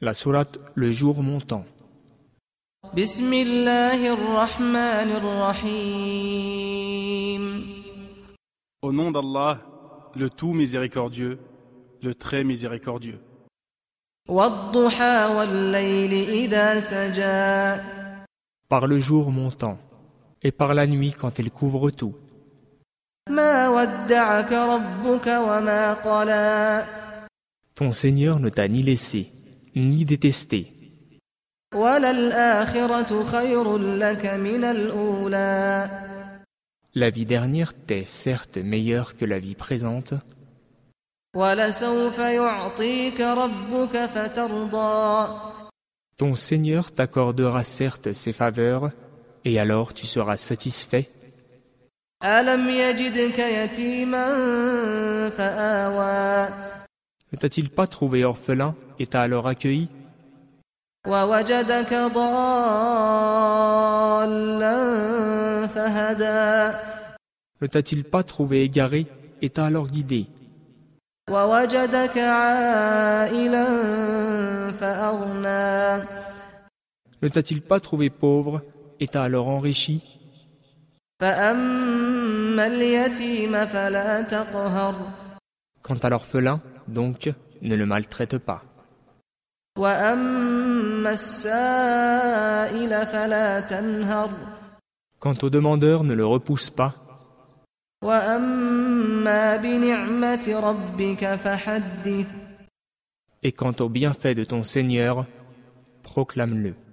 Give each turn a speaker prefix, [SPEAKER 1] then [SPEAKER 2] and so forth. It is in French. [SPEAKER 1] La sourate Le jour montant.
[SPEAKER 2] بسم الله الرحمن الرحيم
[SPEAKER 3] Au nom d'Allah, le tout miséricordieux, le très miséricordieux.
[SPEAKER 2] والضحى والليل إذا سجى
[SPEAKER 1] Par le jour montant. Et par la nuit quand elle couvre tout.
[SPEAKER 2] ما ودعك ربك وما قلى
[SPEAKER 1] Ton Seigneur ne t'a ni laissé, ni détesté.
[SPEAKER 2] وللآخرة خير لك من الأولى
[SPEAKER 1] La vie dernière t'est certes meilleure que la vie présente,
[SPEAKER 2] ولسوف يعطيك ربك فترضى
[SPEAKER 1] Ton Seigneur t'accordera certes ses faveurs, et alors tu seras satisfait.
[SPEAKER 2] ألم يجدك يتيما فآوى
[SPEAKER 1] Ne t'a-t-il pas trouvé orphelin et t'a alors accueilli
[SPEAKER 2] ووجدك ضالا فهدى
[SPEAKER 1] Ne t'a-t-il pas trouvé égaré et t'a alors guidé
[SPEAKER 2] ووجدك عائلا فأغنى
[SPEAKER 1] Ne t'a-t-il pas trouvé pauvre et t'a alors enrichi
[SPEAKER 2] فأما اليتيم فلا تقهر
[SPEAKER 1] Quant à l'orphelin, donc, ne le maltraite pas.
[SPEAKER 2] وأما السائل فلا تنهر
[SPEAKER 1] Quant au demandeur, ne le repousse pas.
[SPEAKER 2] وأما بنعمة ربك فحدث
[SPEAKER 1] Et quant au bienfait de ton Seigneur, proclame-le.